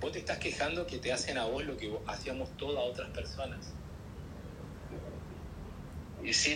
vos te estás quejando que te hacen a vos lo que hacíamos todas otras personas. Y sí,